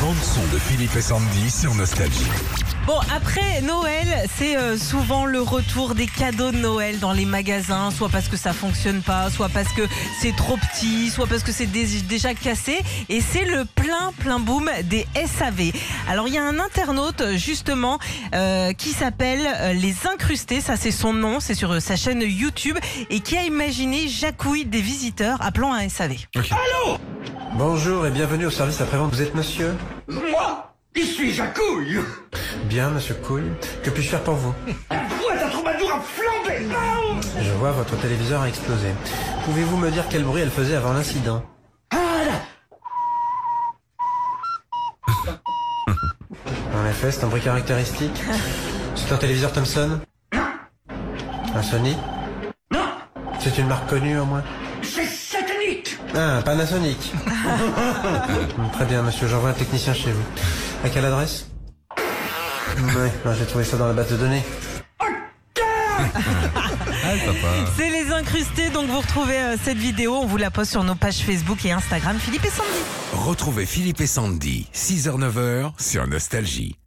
bande son de Philippe et Sandy sur Nostalgie. Bon, après Noël, c'est euh, souvent le retour des cadeaux de Noël dans les magasins, soit parce que ça fonctionne pas, soit parce que c'est trop petit, soit parce que c'est dé- déjà cassé. Et c'est le plein, plein boom des SAV. Alors, il y a un internaute, euh, justement, euh, qui s'appelle euh, Les Incrustés, ça c'est son nom, c'est sur euh, sa chaîne YouTube, et qui a imaginé jacouille des visiteurs appelant un SAV. Bonjour et bienvenue au service après-vente. Vous êtes monsieur Moi qui suis Jacouille Bien, monsieur Couille. Que puis-je faire pour vous Boîte à troubadour à flamber Je vois votre téléviseur a explosé. Pouvez-vous me dire quel bruit elle faisait avant l'incident En effet, c'est un bruit caractéristique. C'est un téléviseur Thomson Un Sony Non C'est une marque connue au moins C'est satanique Ah, un Panasonic Très bien, monsieur, j'envoie un technicien chez vous. À quelle adresse Ouais, ben, j'ai trouvé ça dans la base de données. C'est Les Incrustés, donc vous retrouvez euh, cette vidéo, on vous la poste sur nos pages Facebook et Instagram, Philippe et Sandy. Retrouvez Philippe et Sandy, 6h-9h sur Nostalgie.